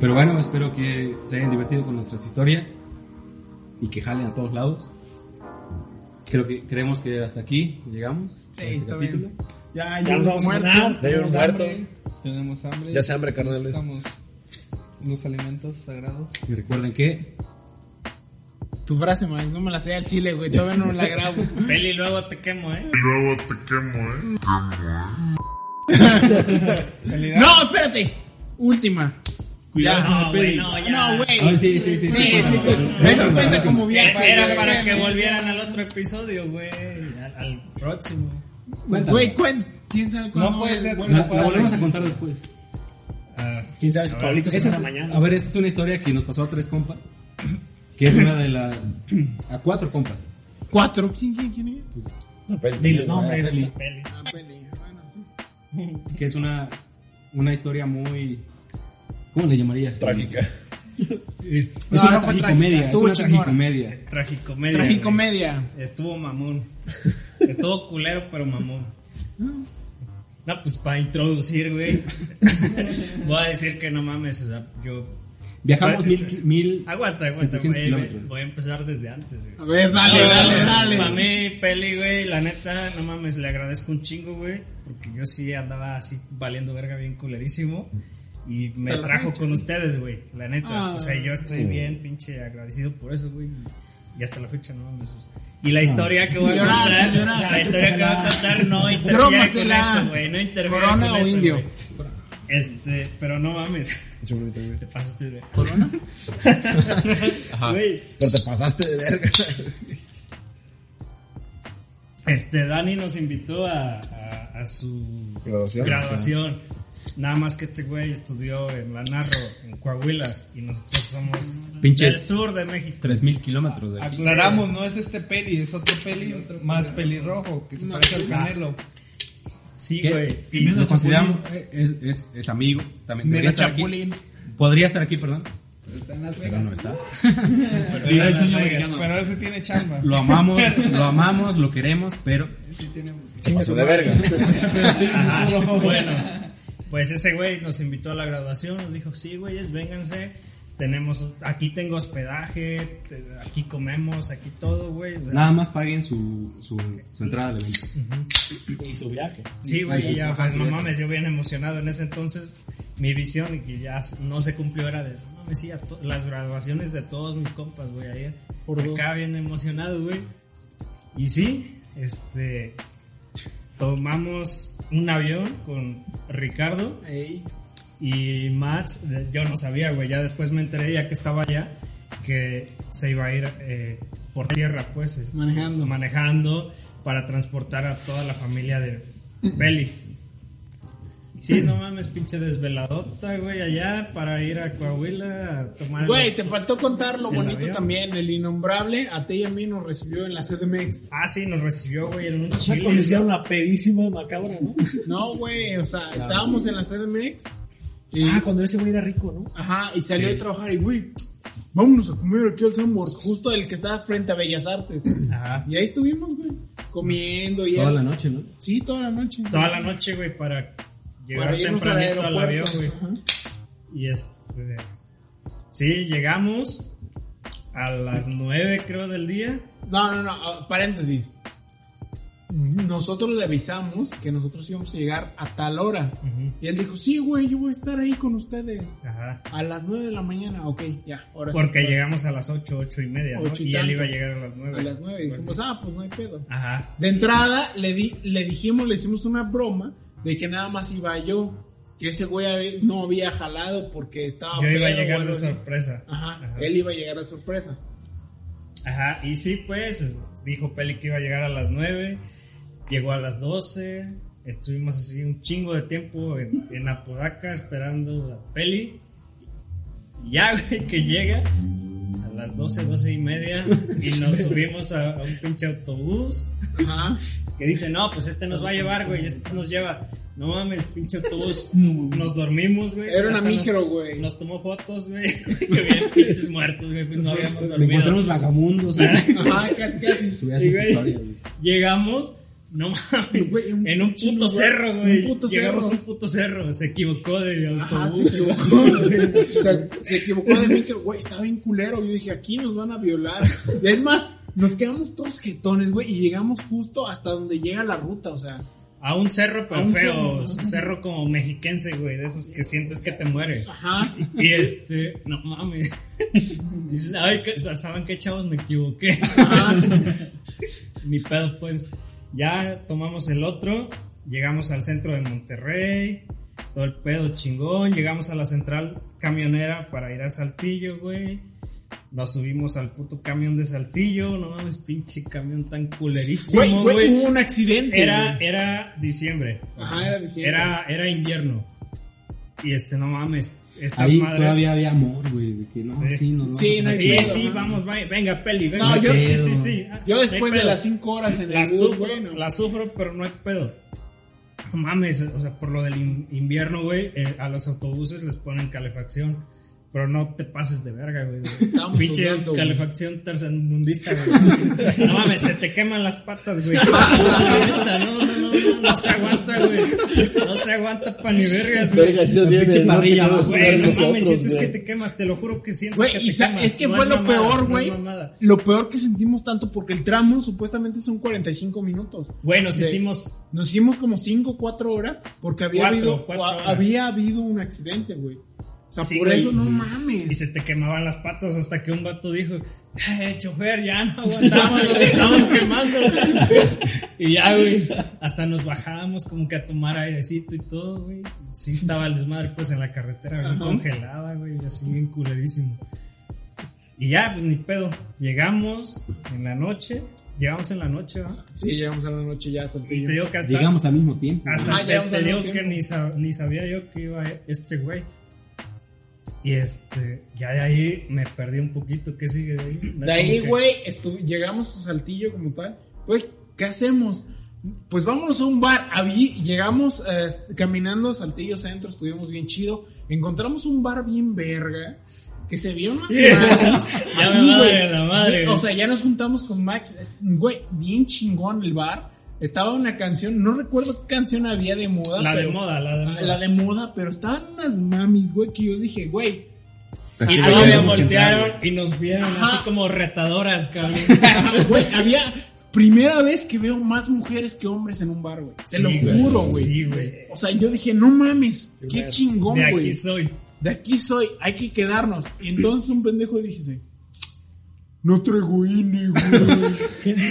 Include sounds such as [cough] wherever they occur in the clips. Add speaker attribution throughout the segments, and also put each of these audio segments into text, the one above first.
Speaker 1: Pero bueno, espero que se hayan divertido con nuestras historias y que jalen a todos lados. Creo que creemos que hasta aquí llegamos.
Speaker 2: Sí,
Speaker 1: en este
Speaker 2: está
Speaker 1: capítulo.
Speaker 2: bien. Ya,
Speaker 3: Ya nos vamos a cenar.
Speaker 2: Ya hay un muerto.
Speaker 3: hambre.
Speaker 2: Tenemos hambre.
Speaker 4: Ya se hambre, carnales.
Speaker 2: Necesitamos los alimentos sagrados.
Speaker 1: Y recuerden que
Speaker 2: Tu frase, man, no me la sé al chile, güey. Todavía no la grabo.
Speaker 3: Feli, luego te quemo, ¿eh?
Speaker 2: no, espérate. Última.
Speaker 3: Cuidado.
Speaker 2: Ya,
Speaker 3: No, güey, no, ya.
Speaker 2: No, güey.
Speaker 1: Ah, sí, sí, sí, sí,
Speaker 2: Sí,
Speaker 1: cuenta,
Speaker 2: sí, sí.
Speaker 1: cuenta.
Speaker 2: Eso cuenta como viaje.
Speaker 3: Era
Speaker 2: güey.
Speaker 3: para que volvieran al otro episodio, güey. Al, al próximo.
Speaker 1: cuéntalo.
Speaker 2: Güey, cuenta. ¿Quién sabe cuándo?
Speaker 3: No puede ser.
Speaker 2: vuelva
Speaker 1: Nos- la
Speaker 2: para-
Speaker 1: volvemos a contar después.
Speaker 3: Ah,
Speaker 5: ¿Quién sabe si Pablito se
Speaker 1: Esa
Speaker 5: pasa
Speaker 1: es-
Speaker 5: mañana?
Speaker 1: A ver, esta es una historia que nos pasó a tres compas. Que es una de las. [clears throat] a cuatro compas.
Speaker 2: Cuatro. ¿Quién, quién, quién? es?
Speaker 5: Di los nombres.
Speaker 1: Feli.
Speaker 5: Feli.
Speaker 2: Ah, Peli. Bueno, sí.
Speaker 1: Que es una. una historia muy. ¿Cómo le llamarías?
Speaker 4: Trágica.
Speaker 1: Es, es
Speaker 2: No,
Speaker 1: una
Speaker 2: no fue
Speaker 1: tragicomedia.
Speaker 2: trágica,
Speaker 1: Es
Speaker 2: estuvo
Speaker 1: una
Speaker 2: chingona.
Speaker 1: tragicomedia.
Speaker 3: Tragicomedia. güey.
Speaker 2: Tragicomedia.
Speaker 1: [laughs]
Speaker 3: Estuvo mamón. Estuvo culero, pero mamón. No, pues para introducir,
Speaker 1: [laughs]
Speaker 3: güey. Voy a decir que no mames, o sea, yo.
Speaker 1: Viajamos
Speaker 3: Estoy-
Speaker 1: mil, mil
Speaker 3: Aguanta, aguanta,
Speaker 1: 700
Speaker 3: güey.
Speaker 1: kilómetros.
Speaker 3: Voy a empezar desde antes, güey.
Speaker 2: A ver, dale, dale, dale.
Speaker 3: Para mí, Peli, güey, la neta, no mames, le agradezco un chingo, güey, porque yo sí andaba así valiendo verga bien culerísimo y me
Speaker 2: Hasta la
Speaker 3: trajo
Speaker 2: fecha.
Speaker 3: con ustedes, güey, la neta.
Speaker 2: Ah.
Speaker 3: o sea, yo estoy bien pinche agradecido por eso, güey, y- y hasta la fecha no mames. o sea. Y la historia que
Speaker 2: Sin
Speaker 3: voy a
Speaker 2: llorar,
Speaker 3: contar,
Speaker 2: sin llorar.
Speaker 3: la historia que voy a contar no interfiere con
Speaker 2: Drómasela.
Speaker 3: eso, güey, no interfiere
Speaker 2: Corona
Speaker 3: con
Speaker 2: o
Speaker 3: eso,
Speaker 2: indio.
Speaker 3: güey. Este, pero no mames, [laughs] te pasaste de
Speaker 2: Corona.
Speaker 3: [laughs] Güey,
Speaker 4: Pero te pasaste de verga.
Speaker 3: Este, Dani nos invitó a, a- a su
Speaker 4: Graduación.
Speaker 3: graduación. Nada más que este güey estudió en La Narro, en Coahuila, y nosotros somos
Speaker 1: Pinches.
Speaker 3: del sur de México.
Speaker 1: Tres mil kilómetros de aquí.
Speaker 2: Aclaramos, no es este peli, es otro peli más pelirrojo que se parece al Canelo.
Speaker 3: Sí,
Speaker 1: Que-
Speaker 3: güey.
Speaker 1: y
Speaker 3: Y
Speaker 1: lo consideramos, eh, es, es, es amigo, también
Speaker 2: Mira,
Speaker 1: debería estar
Speaker 2: Chapulín.
Speaker 1: aquí. Podría estar aquí, perdón.
Speaker 2: Está en Las
Speaker 1: Pero no
Speaker 2: Vegas.
Speaker 1: está.
Speaker 3: pero
Speaker 1: Sí,
Speaker 3: era
Speaker 1: el sueño
Speaker 3: Las Vegas.
Speaker 1: americano.
Speaker 2: Pero él sí tiene chamba.
Speaker 1: Lo amamos, lo amamos, lo queremos, pero
Speaker 2: Él sí tiene-
Speaker 4: Te pasó de verga.
Speaker 3: Ajá, bueno, pues ese güey nos invitó a la graduación, nos dijo, sí, güeyes, vénganse. Tenemos, aquí tengo hospedaje, te- aquí comemos, aquí todo, güey. O sea,
Speaker 1: nada más paguen su, su, su entrada al evento.
Speaker 5: Y su viaje.
Speaker 3: Sí, güey,
Speaker 1: Entonces,
Speaker 3: y ya,
Speaker 1: ajá,
Speaker 3: pues
Speaker 1: sí,
Speaker 3: no
Speaker 1: ya.
Speaker 3: mames, yo bien emocionado en ese entonces. Mi visión, y que ya no se cumplió, era de, no mames, sí, a to- las graduaciones de todos mis compas, güey, ayer. Por acá bien emocionado, güey. Y sí, este. Tomamos un avión con Ricardo
Speaker 2: Ey.
Speaker 3: y Mats. eh, Yo no sabía, güey, ya después me enteré, ya que estaba allá, que se iba a ir eh, por tierra, pues. es-
Speaker 2: Manejando.
Speaker 3: manejando para transportar a toda la familia de Peli. Sí, no mames, pinche desveladota, güey, allá para ir a Coahuila a tomar.
Speaker 2: Güey, te faltó contar lo
Speaker 3: ¿El
Speaker 2: bonito
Speaker 3: avión?
Speaker 2: también. El innombrable a ti y a mí nos recibió en la CDMX.
Speaker 3: Ah, sí, nos recibió, güey, en un
Speaker 5: Una
Speaker 3: chile.
Speaker 5: policía, una pedísima macabra, ¿no?
Speaker 2: No, güey, o sea, estábamos en la CDMX. Y,
Speaker 5: Ah, cuando ese güey era rico, ¿no?
Speaker 2: Ajá, y salió de trabajar y, güey, vámonos a comer aquí al Sambor, justo el que estaba frente a Bellas Artes.
Speaker 3: Ajá.
Speaker 2: Y ahí estuvimos, güey, comiendo y
Speaker 1: Toda
Speaker 2: él-
Speaker 1: la noche, ¿no?
Speaker 2: Sí, toda la noche.
Speaker 3: Toda la noche, güey, para llegar
Speaker 2: Para irnos al
Speaker 3: tempranito al avión,
Speaker 2: aeropuerto.
Speaker 3: güey. Y este. Sí, llegamos a las 9, creo, del día.
Speaker 2: No, no, no, ah, paréntesis. Nosotros le avisamos que nosotros íbamos a llegar a tal hora.
Speaker 3: Ujú.
Speaker 2: Y él dijo, sí, güey, yo voy a estar ahí con ustedes.
Speaker 3: Ajá.
Speaker 2: A las 9 de la mañana, ok, ya, ahora sí.
Speaker 3: Porque llegamos a las 8, 8 y media, ¿no?
Speaker 2: Ocho y
Speaker 3: Y él
Speaker 2: tanto.
Speaker 3: iba a llegar a las 9.
Speaker 2: A las 9 dijimos, ah, pues no hay pedo.
Speaker 3: Ajá.
Speaker 2: De entrada le, di- le dijimos, le hicimos una broma de que nada más iba yo, que ese güey hab- no había jalado porque estaba...
Speaker 3: Yo iba a
Speaker 2: pedo o
Speaker 3: llegar
Speaker 2: algo
Speaker 3: de
Speaker 2: así.
Speaker 3: sorpresa.
Speaker 2: Ah, Ajá,
Speaker 3: Ajá.
Speaker 2: él iba a llegar a sorpresa.
Speaker 3: Ajá, y sí, pues, dijo Peli que iba a llegar a las 9, llegó a las 12, estuvimos así un chingo de tiempo en, en Apodaca esperando a Peli. Y Ya, [laughs] güey, que llega a las 12, 12 y media
Speaker 2: [laughs]
Speaker 3: y nos subimos a, a un pinche autobús
Speaker 2: Ajá.
Speaker 3: que dice, no, pues este nos va a llevar, güey, este nos lleva. No mames,
Speaker 2: [laughs]
Speaker 3: pinche autobús. Nos dormimos, güey.
Speaker 2: Era una
Speaker 3: Hasta nos-
Speaker 2: micro, güey.
Speaker 3: Nos tomó fotos, güey. [laughs] Que bien pinches muertos, güey, pues no habíamos dormido. [laughs]
Speaker 1: Lo encontramos vagabundos. ¿eh?
Speaker 2: Ajá, Ah, casi, casi.
Speaker 1: Subía
Speaker 3: Y,
Speaker 1: sus
Speaker 3: güey,
Speaker 1: historias. güey.
Speaker 3: Llegamos No mames.
Speaker 2: Güey, un-
Speaker 3: en un
Speaker 2: un
Speaker 3: puto
Speaker 2: lugar-
Speaker 3: cerro, güey.
Speaker 2: un puto
Speaker 3: Llegamos
Speaker 2: cerro.
Speaker 3: a un puto cerro. Se equivocó de autobús.
Speaker 2: Ajá, sí, se equivocó. O sea, se equivocó de mí que, güey, estaba bien culero. Yo dije, aquí nos van a violar. Y es más, nos quedamos todos jetones, güey, y llegamos justo hasta donde llega la ruta, o sea.
Speaker 3: A un cerro, pero
Speaker 2: A un
Speaker 3: feo.
Speaker 2: cerro, ajá.
Speaker 3: Cerro como mexiquense, güey. De esos que sientes que te mueres.
Speaker 2: Ajá.
Speaker 3: Y este, no mames. [laughs] Dices, ay, que- ¿saben qué, chavos? Me equivoqué. Mi pedo, pues. Ya tomamos el otro. Llegamos al centro de Monterrey. Todo el pedo chingón. Llegamos a la central camionera para ir a Saltillo, güey. Nos subimos al puto camión de Saltillo. No mames, pinche camión tan
Speaker 2: Güey,
Speaker 3: culerísimo,
Speaker 2: güey, hubo
Speaker 3: güey.
Speaker 2: un accidente.
Speaker 3: Era,
Speaker 2: güey.
Speaker 3: era diciembre.
Speaker 2: Ajá, era diciembre.
Speaker 3: Era, era invierno. Y este, no mames. Estas
Speaker 1: Ahí
Speaker 3: madres.
Speaker 1: todavía había amor, güey. De que no,
Speaker 3: Sí.
Speaker 1: sí, nos vamos
Speaker 2: Sí,
Speaker 1: a
Speaker 2: no hay
Speaker 1: pasar
Speaker 3: Sí,
Speaker 1: chido.
Speaker 3: sí,
Speaker 2: Ajá.
Speaker 3: vamos, va- venga, peli, venga.
Speaker 2: No, yo-
Speaker 3: sí, sí, sí.
Speaker 2: Yo
Speaker 3: Ah,
Speaker 2: después
Speaker 3: no hay
Speaker 2: de
Speaker 3: pedo.
Speaker 2: las 5 horas en
Speaker 3: la
Speaker 2: el bus,
Speaker 3: sufro,
Speaker 2: bueno.
Speaker 3: la sufro, pero no hay pedo. No mames, o sea, por lo del in- invierno, güey, eh, a los autobuses les ponen calefacción. Pero no te pases de verga, [laughs] güey.
Speaker 2: Estamos
Speaker 3: Pinche
Speaker 2: sudando, güey.
Speaker 3: calefacción tercermundista, [laughs] güey. No mames, se te queman las patas, [laughs] güey. No, no, no, no, no se aguanta, güey. No se aguanta pa' ni vergas, güey.
Speaker 4: Verga, eso tiene.
Speaker 5: pinche parrilla,
Speaker 4: no, que no
Speaker 5: güey,
Speaker 4: sudar
Speaker 3: Güey, no mames,
Speaker 4: nosotros,
Speaker 3: sientes que
Speaker 4: güey.
Speaker 3: te quemas, te lo juro que sientes que
Speaker 2: Güey,
Speaker 3: te
Speaker 2: y sa-
Speaker 3: quemas.
Speaker 2: es que
Speaker 3: No
Speaker 2: fue lo
Speaker 3: mamada, no
Speaker 2: peor,
Speaker 3: es
Speaker 2: güey.
Speaker 3: mamada.
Speaker 2: lo peor que sentimos tanto porque el tramo supuestamente son 45 minutos.
Speaker 3: Güey, nos
Speaker 2: De-
Speaker 3: hicimos
Speaker 2: Nos hicimos como 5 4 horas porque había
Speaker 3: Cuatro,
Speaker 2: habido
Speaker 3: cuatro
Speaker 2: cua-
Speaker 3: horas.
Speaker 2: había habido un accidente, güey. O sea,
Speaker 3: Sí,
Speaker 2: por
Speaker 3: güey.
Speaker 2: eso no
Speaker 3: y
Speaker 2: mames.
Speaker 3: se te quemaban las patas hasta que un vato dijo, eh, chofer, ya no aguantamos, nos estamos quemando. y ya, güey, hasta nos bajábamos como que a tomar airecito y todo, güey. Sí estaba el desmadre pues en la carretera, bien
Speaker 2: Ajá.
Speaker 3: congelada, güey, así bien culerísimo. Y ya, pues ni pedo. Llegamos en la noche, llegamos en la noche, ¿va?
Speaker 2: Sí, llegamos a la noche ya
Speaker 3: Y te
Speaker 2: solté.
Speaker 3: digo que hasta...
Speaker 1: Llegamos al mismo tiempo.
Speaker 3: Hasta
Speaker 2: Ah,
Speaker 3: te-
Speaker 2: llegamos
Speaker 3: te,
Speaker 2: al mismo
Speaker 3: digo que
Speaker 2: tiempo.
Speaker 3: ni, sab- ni sabía yo que iba este güey. Y este, ya de ahí me perdí un poquito. ¿Qué sigue de ahí?
Speaker 2: De ahí, güey, estu- llegamos a Saltillo como tal. Güey, ¿qué hacemos? Pues vámonos a un bar. Habí- llegamos eh, caminando a Saltillo Centro, estuvimos bien chido. Encontramos un bar bien verga. Que se vio
Speaker 3: [laughs]
Speaker 2: más
Speaker 3: Yeah.
Speaker 2: madres.
Speaker 3: Ya
Speaker 2: Así,
Speaker 3: me va a
Speaker 2: güey.
Speaker 3: dar la madre,
Speaker 2: O
Speaker 3: güey.
Speaker 2: sea, ya nos juntamos con Max. Es- Güey, bien chingón el bar. Estaba una canción, no recuerdo qué canción había de moda.
Speaker 3: La de
Speaker 2: pero-
Speaker 3: moda, la de
Speaker 2: Ah,
Speaker 3: moda.
Speaker 2: La de moda, pero estaban unas mamis, güey, que yo dije, güey,
Speaker 3: y
Speaker 2: Ahí
Speaker 3: todavía
Speaker 2: tenemos que
Speaker 3: Ah, voltearon y nos vieron
Speaker 2: Ajá.
Speaker 3: así como retadoras, cabrón.
Speaker 2: [laughs] Güey, había primera vez que veo más mujeres que hombres en un bar, güey. Te
Speaker 3: Sí,
Speaker 2: lo juro, güey.
Speaker 3: Sí, güey.
Speaker 2: O sea, yo dije, no mames, qué chingón,
Speaker 3: De
Speaker 2: güey.
Speaker 3: aquí soy.
Speaker 2: De aquí soy, hay que quedarnos. Y entonces un pendejo dijese, no traigo INE,
Speaker 3: [laughs]
Speaker 2: güey.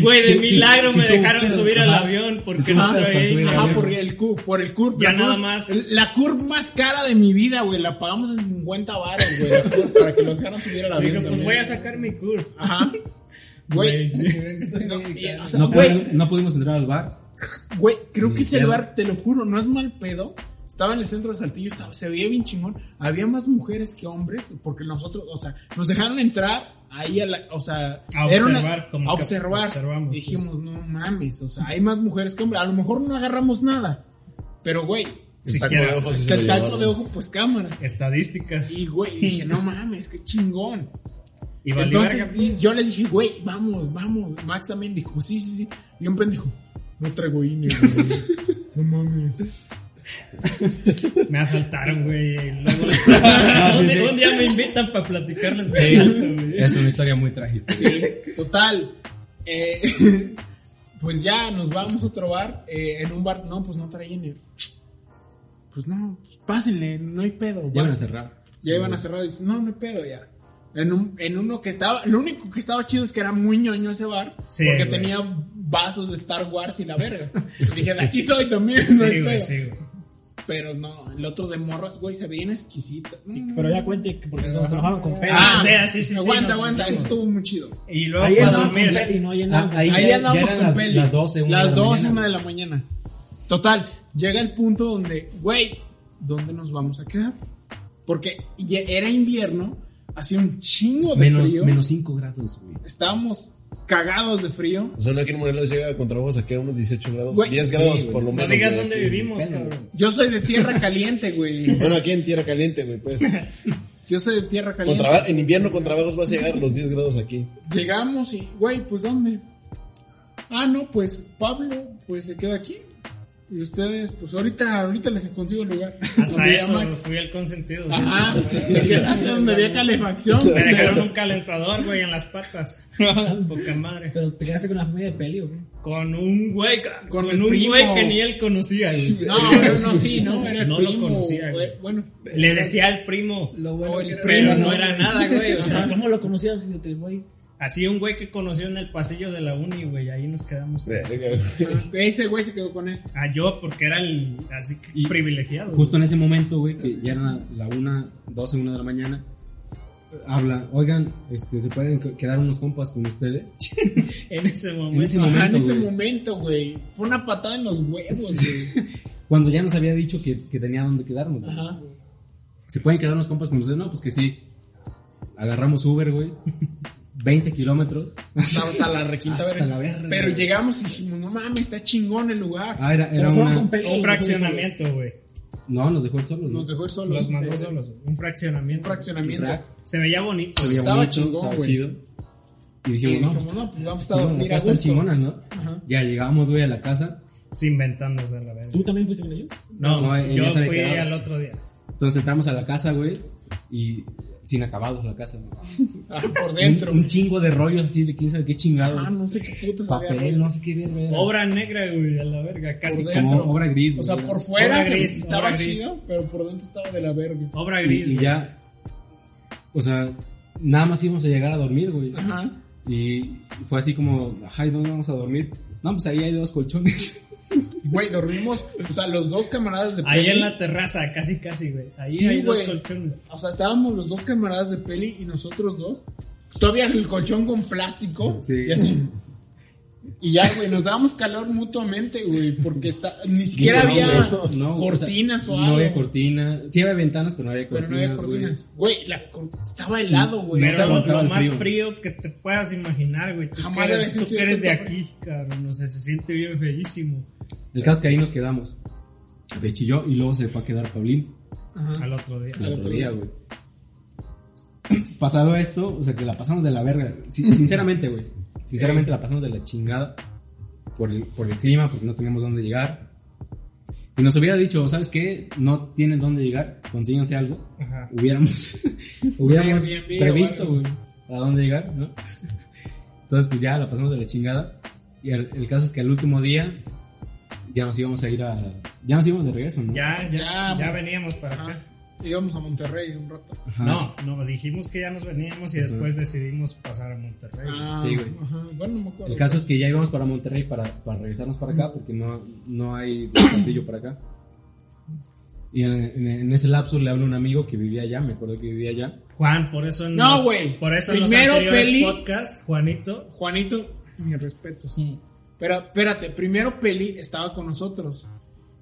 Speaker 3: Güey, de
Speaker 1: sí,
Speaker 3: milagro
Speaker 1: sí,
Speaker 3: me
Speaker 1: sí,
Speaker 3: dejaron
Speaker 1: pero-
Speaker 3: subir al
Speaker 1: ajá.
Speaker 3: avión porque
Speaker 1: Sí,
Speaker 3: no
Speaker 1: ajá,
Speaker 3: traía.
Speaker 1: subir al
Speaker 2: Ajá,
Speaker 1: avión.
Speaker 2: por el curb, por el curb.
Speaker 3: Ya
Speaker 2: la
Speaker 3: nada
Speaker 2: curva-
Speaker 3: más.
Speaker 2: La curva más cara de mi vida, güey. La pagamos en 50 baros, güey. la curva, Para que lo dejaran subir al avión.
Speaker 3: Dije, pues
Speaker 2: también.
Speaker 3: voy a sacar mi cur.
Speaker 2: [laughs] Ajá.
Speaker 3: Güey,
Speaker 2: Güey.
Speaker 3: sí.
Speaker 2: No, y- o sea,
Speaker 1: No,
Speaker 2: güey,
Speaker 1: pudimos, no pudimos entrar al bar.
Speaker 2: Güey, creo
Speaker 1: Ni
Speaker 2: que ese
Speaker 1: pedo.
Speaker 2: lugar, te lo juro, no es mal pedo. Estaba en el centro de Saltillo, estaba, se veía bien chingón. Había más mujeres que hombres, porque nosotros, o sea, nos dejaron entrar ahí a la, o sea,
Speaker 3: A observar, como
Speaker 2: a
Speaker 3: que
Speaker 2: observar.
Speaker 3: observamos, pues.
Speaker 2: Dijimos, no mames, o sea, hay más mujeres que hombres. A lo mejor no agarramos nada, pero güey,
Speaker 4: El taco
Speaker 3: siquiera.
Speaker 4: de ojos. sí se
Speaker 2: el
Speaker 4: lo
Speaker 2: taco
Speaker 4: llevaron.
Speaker 2: de ojo, pues cámara.
Speaker 3: Estadísticas.
Speaker 2: Y güey,
Speaker 3: [laughs]
Speaker 2: dije, no mames, qué chingón.
Speaker 3: Y valí
Speaker 2: Entonces
Speaker 3: verga.
Speaker 2: yo les dije, güey, vamos, vamos. Max también dijo, sí, sí, sí. Y un pendejo, no traigo INE,
Speaker 1: [laughs]
Speaker 2: güey. No mames.
Speaker 3: Me asaltaron, güey. y [laughs] Luego, un,
Speaker 1: sí, sí.
Speaker 3: día- un día me invitan para platicarles. mi asalto, güey.
Speaker 1: Es una historia muy
Speaker 2: [laughs]
Speaker 1: trágica.
Speaker 2: Sí, total. Eh, [laughs] pues ya nos vamos a otro bar. eh, en un bar, no, pues no trae INE. Pues no, pásenle, no hay pedo.
Speaker 1: Ya van
Speaker 2: va.
Speaker 1: a cerrar.
Speaker 2: Ya iban a cerrar y dicen, no, no hay pedo ya. En, un, en uno que estaba, lo único que estaba chido es que era muy ñoño ese bar.
Speaker 3: Sí,
Speaker 2: porque
Speaker 3: güey.
Speaker 2: tenía vasos de Star Wars y
Speaker 1: [laughs]
Speaker 2: la verga. Dije, de aquí soy también. no hay
Speaker 3: Sí, güey,
Speaker 2: pedo".
Speaker 3: sí, güey.
Speaker 2: Pero no, el otro de morras, güey, se veía exquisito. Mm.
Speaker 5: Pero ya cuente, que- porque nos enojaron con Peli.
Speaker 3: Ah, sí, sí, sí,
Speaker 2: Aguanta,
Speaker 3: sí,
Speaker 2: aguanta,
Speaker 3: nos-
Speaker 2: eso estuvo muy chido.
Speaker 3: Y luego
Speaker 5: Ahí
Speaker 3: pasó,
Speaker 5: andaban con
Speaker 3: mira,
Speaker 5: Peli, no ahí
Speaker 1: Ah,
Speaker 5: andaban.
Speaker 1: ahí
Speaker 2: Ahí
Speaker 1: ya- ya
Speaker 2: andábamos
Speaker 1: eran
Speaker 2: con
Speaker 1: las,
Speaker 2: Peli.
Speaker 1: Las 12, una
Speaker 2: Las
Speaker 1: de la
Speaker 2: 2,
Speaker 1: mañana.
Speaker 2: una de la mañana. Total, llega el punto donde, güey, ¿dónde nos vamos a quedar? Porque ya era invierno, hacía un chingo de
Speaker 1: Menos,
Speaker 2: frío.
Speaker 1: menos 5 grados, güey.
Speaker 2: Estábamos cagados de frío.
Speaker 4: O sea, no aquí en Morelos llega con trabajos aquí a unos 18 grados.
Speaker 2: Güey,
Speaker 4: 10
Speaker 1: sí,
Speaker 4: grados
Speaker 1: güey.
Speaker 4: por lo
Speaker 1: No
Speaker 3: No
Speaker 4: menos.
Speaker 3: digas
Speaker 4: güey,
Speaker 3: dónde
Speaker 4: sí.
Speaker 3: vivimos, cabrón.
Speaker 1: [laughs]
Speaker 2: Yo soy de tierra caliente, güey.
Speaker 4: Bueno, aquí en Tierra Caliente, güey, pues.
Speaker 2: Yo soy de tierra
Speaker 4: Con
Speaker 2: caliente.
Speaker 4: traba- en invierno con trabajos vas a llegar a los 10 grados aquí.
Speaker 2: Llegamos y, güey, pues ¿dónde? Ah, no, pues Pablo, pues se queda aquí. Y ustedes, pues ahorita, ahorita les consigo el lugar.
Speaker 3: [laughs] Hasta
Speaker 2: Donde ya
Speaker 3: eso,
Speaker 2: Max- Ah.
Speaker 3: fui el consentido.
Speaker 2: Ajá, sí, llegaste donde había calefacción.
Speaker 3: Me dejaron un calentador, güey, en las patas. Poca madre.
Speaker 5: Pero te quedaste con la familia de Peli, ¿o qué?
Speaker 3: Con un güey,
Speaker 2: Con
Speaker 3: con,
Speaker 2: el
Speaker 3: un
Speaker 2: primo.
Speaker 3: güey que ni él conocía. güey.
Speaker 2: No, no, no, sí, no, era el
Speaker 3: No lo
Speaker 2: primo.
Speaker 3: conocía,
Speaker 2: güey,
Speaker 3: güey.
Speaker 2: Bueno,
Speaker 3: Le decía al primo,
Speaker 5: Lo bueno
Speaker 2: O el
Speaker 5: que era-
Speaker 3: pero
Speaker 2: primo,
Speaker 3: no era nada, güey. O sea,
Speaker 5: Ajá, ¿Cómo lo conocías si te güey?
Speaker 3: así un güey que conoció en el pasillo de la uni, güey, ahí nos quedamos.
Speaker 2: ajá, ese güey se quedó con él.
Speaker 3: Ah, yo, porque era el así que
Speaker 1: Y-
Speaker 3: privilegiado.
Speaker 1: Justo en ese momento, güey, que ya era la una, 12, una de la mañana, habla, oigan, este, ¿se pueden qu- quedar unos compas con ustedes?
Speaker 3: güey. en ese momento.
Speaker 1: En ese
Speaker 2: Ajá, en
Speaker 1: momento,
Speaker 2: ese
Speaker 1: güey.
Speaker 2: momento, güey. Fue una patada en los huevos, güey.
Speaker 1: Cuando ya nos había dicho que, que tenía dónde quedarnos, güey.
Speaker 2: Ajá.
Speaker 1: ¿Se pueden quedar unos compas con ustedes? No, pues que sí. Agarramos Uber, güey. 20 kilómetros.
Speaker 2: Estamos a la requinta
Speaker 1: Hasta
Speaker 2: verga.
Speaker 1: la verga.
Speaker 2: Pero llegamos y dijimos, no mames, está chingón el lugar.
Speaker 1: Ah, era, era
Speaker 5: Pero fueron con
Speaker 1: una...
Speaker 5: Peli,
Speaker 3: Un
Speaker 5: los
Speaker 3: fraccionamiento, güey.
Speaker 1: No, nos dejó el solo, ¿no?
Speaker 2: Nos dejó ir solos.
Speaker 3: Los mandó solos. güey. Un
Speaker 2: Un
Speaker 3: fraccionamiento.
Speaker 2: fraccionamiento.
Speaker 1: Frac.
Speaker 3: Se veía bonito.
Speaker 1: Se veía
Speaker 2: Estaba
Speaker 1: bonito,
Speaker 2: chingón,
Speaker 1: estaba
Speaker 2: güey.
Speaker 1: chido. Y
Speaker 2: Y
Speaker 1: dijimos, no,
Speaker 2: dijimos,
Speaker 1: pues,
Speaker 2: no, pues vamos a
Speaker 1: chingón,
Speaker 2: dormir
Speaker 1: nos va
Speaker 2: a
Speaker 1: a estar
Speaker 2: gusto.
Speaker 1: chingona, ¿no?
Speaker 2: Ajá.
Speaker 1: Ya llegamos, güey, a la casa.
Speaker 3: Se inventándose a la verga.
Speaker 5: ¿Tú también fuiste con ellos?
Speaker 3: No,
Speaker 1: No, en
Speaker 3: yo
Speaker 1: esa de
Speaker 3: fui
Speaker 1: quedado.
Speaker 3: al otro día.
Speaker 1: Entonces entramos a la casa, güey, y sin acabados la casa. güey.
Speaker 2: Ah, por dentro.
Speaker 1: Un, un chingo de rollos así de quién sabe qué chingados.
Speaker 2: Ah, no sé qué putas había.
Speaker 1: papel,
Speaker 2: güey.
Speaker 1: no sé qué verga era.
Speaker 3: Obra negra, güey, a la verga. Casi,
Speaker 2: Por
Speaker 1: Como
Speaker 3: casi.
Speaker 2: dentro.
Speaker 1: obra gris,
Speaker 2: O
Speaker 1: güey.
Speaker 2: sea,
Speaker 1: era.
Speaker 2: por fuera
Speaker 3: Obra
Speaker 2: se
Speaker 3: gris,
Speaker 2: estaba
Speaker 3: obra gris.
Speaker 2: chido, pero por dentro estaba de la verga.
Speaker 3: Obra
Speaker 1: Y,
Speaker 3: gris.
Speaker 1: y
Speaker 3: güey.
Speaker 1: ya, o sea, nada más íbamos a llegar a dormir, güey.
Speaker 2: Ajá.
Speaker 1: Y fue así como, ay, ¿dónde vamos a dormir? No, pues ahí hay dos colchones.
Speaker 2: Güey, dormimos, o sea, los dos camaradas de
Speaker 3: Ahí
Speaker 2: peli.
Speaker 3: en la terraza, casi, casi, güey. Ahí
Speaker 2: Sí,
Speaker 3: hay dos
Speaker 2: güey.
Speaker 3: colchones.
Speaker 2: O sea, estábamos los dos camaradas de peli y nosotros dos. Todavía el colchón con plástico.
Speaker 1: [laughs] Sí.
Speaker 2: Y así. Y ya, güey, nos dábamos calor mutuamente, güey, porque está- ni siquiera
Speaker 1: No,
Speaker 2: había
Speaker 1: güey, no, o sea,
Speaker 2: cortinas o, algo.
Speaker 1: No había cortinas. Sí había ventanas, pero no había
Speaker 2: Pero
Speaker 1: cortinas,
Speaker 2: no había cortinas. Güey, la cor- estaba helado, güey.
Speaker 1: No
Speaker 3: Pero
Speaker 1: se
Speaker 3: lo,
Speaker 1: aguantaba el
Speaker 3: más
Speaker 1: frío.
Speaker 3: frío. que te puedas imaginar, güey. Tú
Speaker 2: Jamás
Speaker 3: que
Speaker 2: había
Speaker 3: eres, tú
Speaker 2: sentido
Speaker 3: que eres de
Speaker 2: tanto
Speaker 3: aquí, cabrón. O sea, se siente bien bellísimo.
Speaker 1: El caso es que ahí nos quedamos. De hecho, yo, y luego se fue a quedar Paulín.
Speaker 3: Al otro día.
Speaker 1: El otro día, güey. [clears throat] Pasado esto, o sea, que la pasamos de la verga. [clears throat] Sin- Sinceramente, güey. Sinceramente la pasamos de la chingada. Por el, por el clima, porque no teníamos dónde llegar. Si nos hubiera dicho, ¿sabes qué? No tienen dónde llegar, consíganse algo.
Speaker 3: Ajá.
Speaker 2: [laughs]
Speaker 1: Hubiéramos, hubiéramos
Speaker 2: Airbnb o
Speaker 1: previsto,
Speaker 2: algo.
Speaker 1: güey, a dónde llegar, ¿no? Entonces, pues ya la pasamos de la chingada. Y el, el caso es que al último día ya nos íbamos a ir a. Ya nos íbamos de regreso, ¿no?
Speaker 3: Ya, ya,
Speaker 2: Ya,
Speaker 3: ya
Speaker 2: mo-
Speaker 3: veníamos para
Speaker 2: Ajá.
Speaker 3: acá.
Speaker 2: Ah. Íbamos a Monterrey un rato.
Speaker 1: Ajá.
Speaker 3: No, no, dijimos que ya nos veníamos y después decidimos pasar a Monterrey.
Speaker 2: Ah,
Speaker 1: Sí, güey.
Speaker 2: Ajá. Bueno, no me acuerdo.
Speaker 1: El caso es que ya íbamos para Monterrey para, para regresarnos para acá porque no, no hay castillo para acá. Y en, en- en ese lapso le hablo a un amigo que vivía allá, me acuerdo que vivía allá.
Speaker 3: Juan, por eso en
Speaker 2: No,
Speaker 3: los-
Speaker 2: güey.
Speaker 3: Por eso en los
Speaker 2: Primero
Speaker 3: anteriores
Speaker 2: peli-
Speaker 3: podcasts, Juanito.
Speaker 2: Juanito, mi respeto, sí. Pero espérate, primero Peli estaba con nosotros.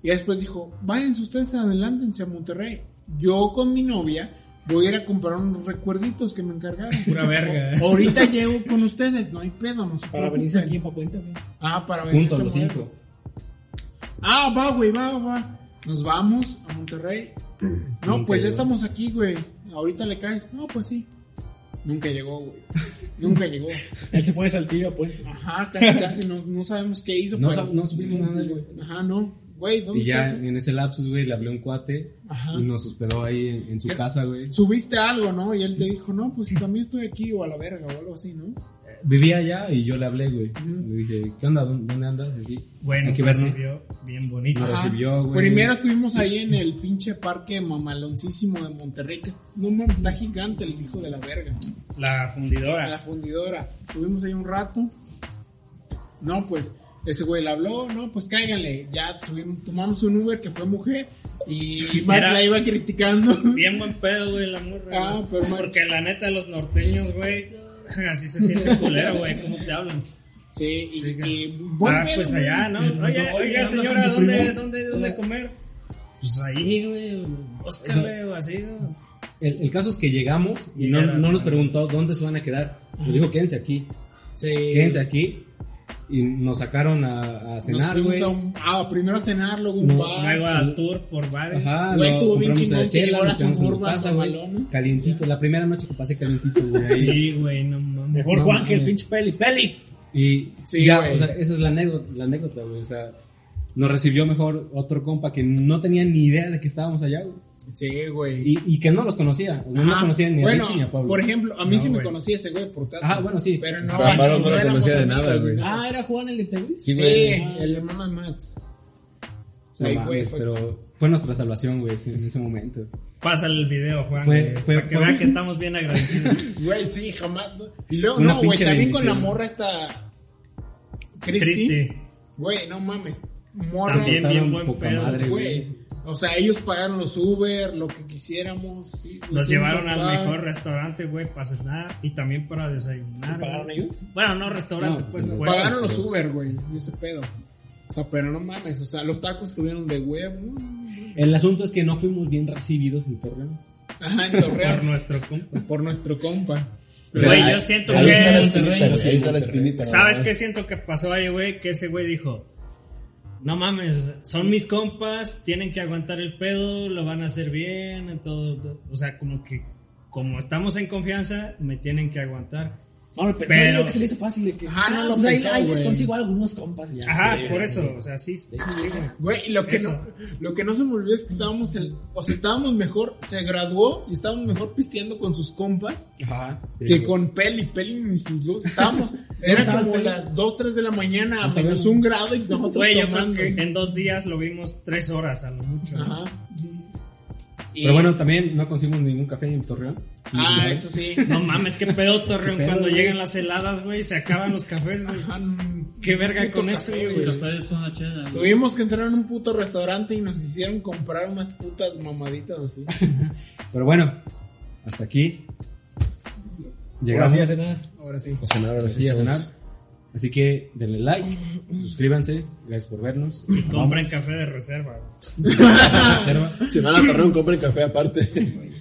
Speaker 2: Y después dijo, váyanse ustedes adelántense a Monterrey. Yo con mi novia voy a ir a comprar unos recuerditos que me encargaron.
Speaker 3: Pura verga.
Speaker 2: Ahorita llego con ustedes, no hay pedo, no se
Speaker 5: Para
Speaker 2: preocupen".
Speaker 5: venirse aquí en Pacuenta, güey.
Speaker 2: Ah, para venir.
Speaker 1: Juntos los cinco.
Speaker 2: Ah, va, güey, va, va. Nos vamos a Monterrey. No,
Speaker 1: Nunca
Speaker 2: pues ya
Speaker 1: llegó.
Speaker 2: estamos aquí, güey. Ahorita le caes. No, pues sí. Nunca llegó, güey. Nunca llegó.
Speaker 5: Él se pone saltillo pues. a puente.
Speaker 2: Ajá, casi, casi, no, no sabemos qué hizo.
Speaker 1: No
Speaker 2: pero-
Speaker 1: sab- no supimos nada, güey.
Speaker 2: Ajá, no. Güey, ¿dónde
Speaker 1: Y ya
Speaker 2: está?
Speaker 1: en ese lapsus, güey, le hablé a un cuate
Speaker 2: Ajá.
Speaker 1: y nos hospedó ahí en, en su
Speaker 2: ¿Qué?
Speaker 1: casa, güey.
Speaker 2: Subiste algo, ¿no? Y él te dijo, no, pues también estoy aquí o a la verga o algo así, ¿no?
Speaker 1: Vivía allá y yo le hablé, güey. Le dije, ¿qué onda? ¿Dónde, dónde andas? Y así.
Speaker 3: Bueno,
Speaker 1: hay que
Speaker 3: que
Speaker 1: vernos.
Speaker 3: recibió bien bonito.
Speaker 1: Nos recibió, güey.
Speaker 2: Primero estuvimos ahí en el pinche parque mamaloncísimo de Monterrey, que es- no mames, está gigante el hijo de la verga.
Speaker 3: La
Speaker 2: A
Speaker 3: fundidora.
Speaker 2: la fundidora. Estuvimos ahí un rato. No, pues ese güey le habló, no, pues cáiganle. Ya tuvimos- tomamos un Uber que fue mujer
Speaker 3: [laughs]
Speaker 2: y Mike
Speaker 3: Era-
Speaker 2: la iba
Speaker 3: [laughs]
Speaker 2: criticando.
Speaker 3: Bien buen pedo, güey, la morra.
Speaker 2: Ah,
Speaker 3: güey.
Speaker 2: pero man-
Speaker 3: Porque la neta, los norteños, güey, [laughs] así se siente culero, güey, cómo te hablan.
Speaker 2: Sí, y, y buen
Speaker 3: ah,
Speaker 2: pedo,
Speaker 3: pues
Speaker 2: güey.
Speaker 3: allá, ¿no?
Speaker 5: Ujú.
Speaker 3: Oye,
Speaker 5: Oye,
Speaker 3: oiga,
Speaker 5: ¿andas
Speaker 3: señora,
Speaker 5: con tu
Speaker 3: ¿dónde,
Speaker 5: primo?
Speaker 3: dónde, dónde comer? Pues ahí, güey, Oscar, güey, o así, ¿no?
Speaker 1: El, el caso es que llegamos y no,
Speaker 2: Eh,
Speaker 3: Llegaron.
Speaker 1: no nos preguntó dónde se van a quedar. Nos dijo, quédense aquí.
Speaker 2: Sí.
Speaker 1: Quédense aquí. Y nos sacaron a, a cenar,
Speaker 2: fuimos
Speaker 1: güey.
Speaker 2: a un- Ah, primero a cenar, luego un
Speaker 1: No,
Speaker 2: bar.
Speaker 3: Luego a tour por bares.
Speaker 1: Ajá,
Speaker 2: Güey,
Speaker 1: lo
Speaker 2: estuvo bien
Speaker 1: compramos
Speaker 2: chingón
Speaker 1: las
Speaker 2: que llegó a la
Speaker 1: nos quedamos en su
Speaker 2: Suburban
Speaker 1: casa,
Speaker 2: con
Speaker 1: güey,
Speaker 2: balón.
Speaker 1: Calientito, la primera noche que pasé calientito, güey. ahí.
Speaker 3: Sí, güey, no mames.
Speaker 5: Mejor
Speaker 1: No
Speaker 5: Juan que el
Speaker 1: mames.
Speaker 5: pinche Peli. ¡Peli!
Speaker 1: Y
Speaker 2: Sí,
Speaker 1: ya,
Speaker 2: güey.
Speaker 1: o sea, esa es la anécdota, la anécdota, güey. O sea, nos recibió mejor otro compa que no tenía ni idea de que estábamos allá, güey.
Speaker 2: Sí, güey.
Speaker 1: Y, y que no los conocía. O sea, no
Speaker 2: Ajá.
Speaker 1: conocía ni
Speaker 2: bueno,
Speaker 1: a Richie ni a Pablo.
Speaker 2: Por ejemplo, a mí
Speaker 3: No,
Speaker 2: sí me
Speaker 3: güey.
Speaker 2: conocía ese güey por tanto.
Speaker 1: Ah, bueno, sí.
Speaker 2: Pero no.
Speaker 4: Pero a Pablo
Speaker 2: así,
Speaker 4: no lo
Speaker 2: éramos
Speaker 4: conocía de
Speaker 2: amigos,
Speaker 4: nada, güey.
Speaker 2: Ah,
Speaker 5: Ah, era Juan el de Tehuis.
Speaker 4: Sí,
Speaker 2: sí,
Speaker 4: güey.
Speaker 2: el hermano de Max.
Speaker 1: No
Speaker 2: Sí,
Speaker 1: mames,
Speaker 2: güey, fue-
Speaker 1: pero fue nuestra salvación, güey, en ese momento.
Speaker 3: Pásale el video, Juan.
Speaker 1: Fue-
Speaker 3: güey,
Speaker 1: fue-
Speaker 3: para que
Speaker 1: fue-
Speaker 3: vean que estamos bien agradecidos.
Speaker 2: Güey, [laughs] sí, jamás. ¿no? Y luego,
Speaker 1: Una
Speaker 2: no, güey,
Speaker 1: pinche
Speaker 2: también con la
Speaker 1: bendición.
Speaker 2: morra esta. Cristi.
Speaker 3: Cristi.
Speaker 2: Güey, no mames. Morra,
Speaker 3: También bien
Speaker 1: Portaron
Speaker 3: buen
Speaker 1: poca
Speaker 3: pedo.
Speaker 1: madre,
Speaker 2: güey. O sea, ellos pagaron los Uber, lo que quisiéramos. Sí, güey,
Speaker 3: Nos
Speaker 2: fuimos
Speaker 3: llevaron
Speaker 2: a
Speaker 3: al
Speaker 2: bar.
Speaker 3: mejor restaurante, güey, para cenar y también para desayunar.
Speaker 5: ¿Pagaron
Speaker 3: güey.
Speaker 5: ellos?
Speaker 3: Bueno, no restaurante,
Speaker 1: No,
Speaker 3: pues.
Speaker 1: pues, no.
Speaker 3: puesto.
Speaker 2: Pagaron los Uber, güey, y ese pedo. O sea, pero no mames, o sea, los tacos estuvieron de huevo.
Speaker 1: El asunto es que no fuimos bien recibidos en Torreón.
Speaker 2: Ajá, en
Speaker 3: por
Speaker 2: Torreón,
Speaker 3: nuestro compa.
Speaker 2: por nuestro compa.
Speaker 4: O sea,
Speaker 3: Güey,
Speaker 4: ahí-
Speaker 3: yo siento
Speaker 4: ahí
Speaker 3: que-
Speaker 4: está la
Speaker 1: Monterrey,
Speaker 4: espinita, güey,
Speaker 1: sí,
Speaker 4: ahí está la
Speaker 1: Monterrey.
Speaker 4: espinita.
Speaker 3: ¿Sabes
Speaker 4: nada
Speaker 3: qué
Speaker 4: más.
Speaker 3: siento que pasó ahí, güey? Que ese güey dijo, no mames, son mis compas, tienen que aguantar el pedo, lo van a hacer bien, en todo, todo". o sea, como que como estamos en confianza, me tienen que aguantar.
Speaker 5: No, me pensó
Speaker 3: Pero-
Speaker 5: yo que se le hizo fácil de que.
Speaker 2: Ah, no lo
Speaker 5: pues ahí-
Speaker 2: pensó,
Speaker 5: ahí, les
Speaker 2: güey.
Speaker 5: consigo algunos compas y ya.
Speaker 3: Ajá,
Speaker 5: Sí,
Speaker 3: por
Speaker 5: güey.
Speaker 3: eso, o sea, sí, sí, sí, güey.
Speaker 2: Güey, y lo que,
Speaker 3: Eso.
Speaker 2: no, lo que no se me olvidó es que estábamos, en- o sea, estábamos mejor, se graduó y estábamos mejor pisteando con sus compas
Speaker 1: Ajá.
Speaker 3: Este,
Speaker 2: que con Peli, Peli ni sus luces.
Speaker 3: [laughs]
Speaker 2: Estábamos, era
Speaker 5: estaba
Speaker 2: como
Speaker 5: Peli?
Speaker 2: las 2, 3 de la
Speaker 1: No
Speaker 2: mañana, a menos
Speaker 1: sabemos.
Speaker 2: un grado y nosotros
Speaker 3: [laughs] Güey, yo creo
Speaker 2: tomando.
Speaker 3: que en dos días lo vimos tres horas a lo mucho.
Speaker 2: Ajá.
Speaker 1: Pero bueno, también no conseguimos ningún café en Torreón.
Speaker 2: Ah, eso sí.
Speaker 3: No mames, qué pedo, Torreón,
Speaker 1: Qué pedo,
Speaker 3: cuando
Speaker 1: güey.
Speaker 3: llegan las heladas, güey, se acaban los cafés, güey.
Speaker 2: Ajá.
Speaker 3: Qué verga con
Speaker 2: Putos
Speaker 3: eso,
Speaker 2: cafés,
Speaker 3: güey.
Speaker 6: Café es una chela. güey.
Speaker 2: Tuvimos que entrar en un puto restaurante y nos hicieron comprar unas putas mamaditas así.
Speaker 1: Pero bueno, hasta aquí.
Speaker 5: Ahora
Speaker 1: Llegamos
Speaker 5: sí, hace nada.
Speaker 2: Ahora sí.
Speaker 4: A cenar, ahora sí,
Speaker 1: así a
Speaker 4: chavos.
Speaker 1: cenar. Así que denle like, suscríbanse, gracias por vernos.
Speaker 3: Y compren café de reserva, güey.
Speaker 1: Reserva.
Speaker 4: Si van a Torreón, compren café aparte.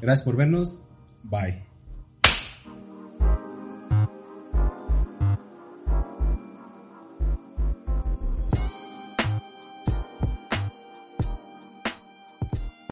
Speaker 1: Gracias por vernos.
Speaker 4: Bye.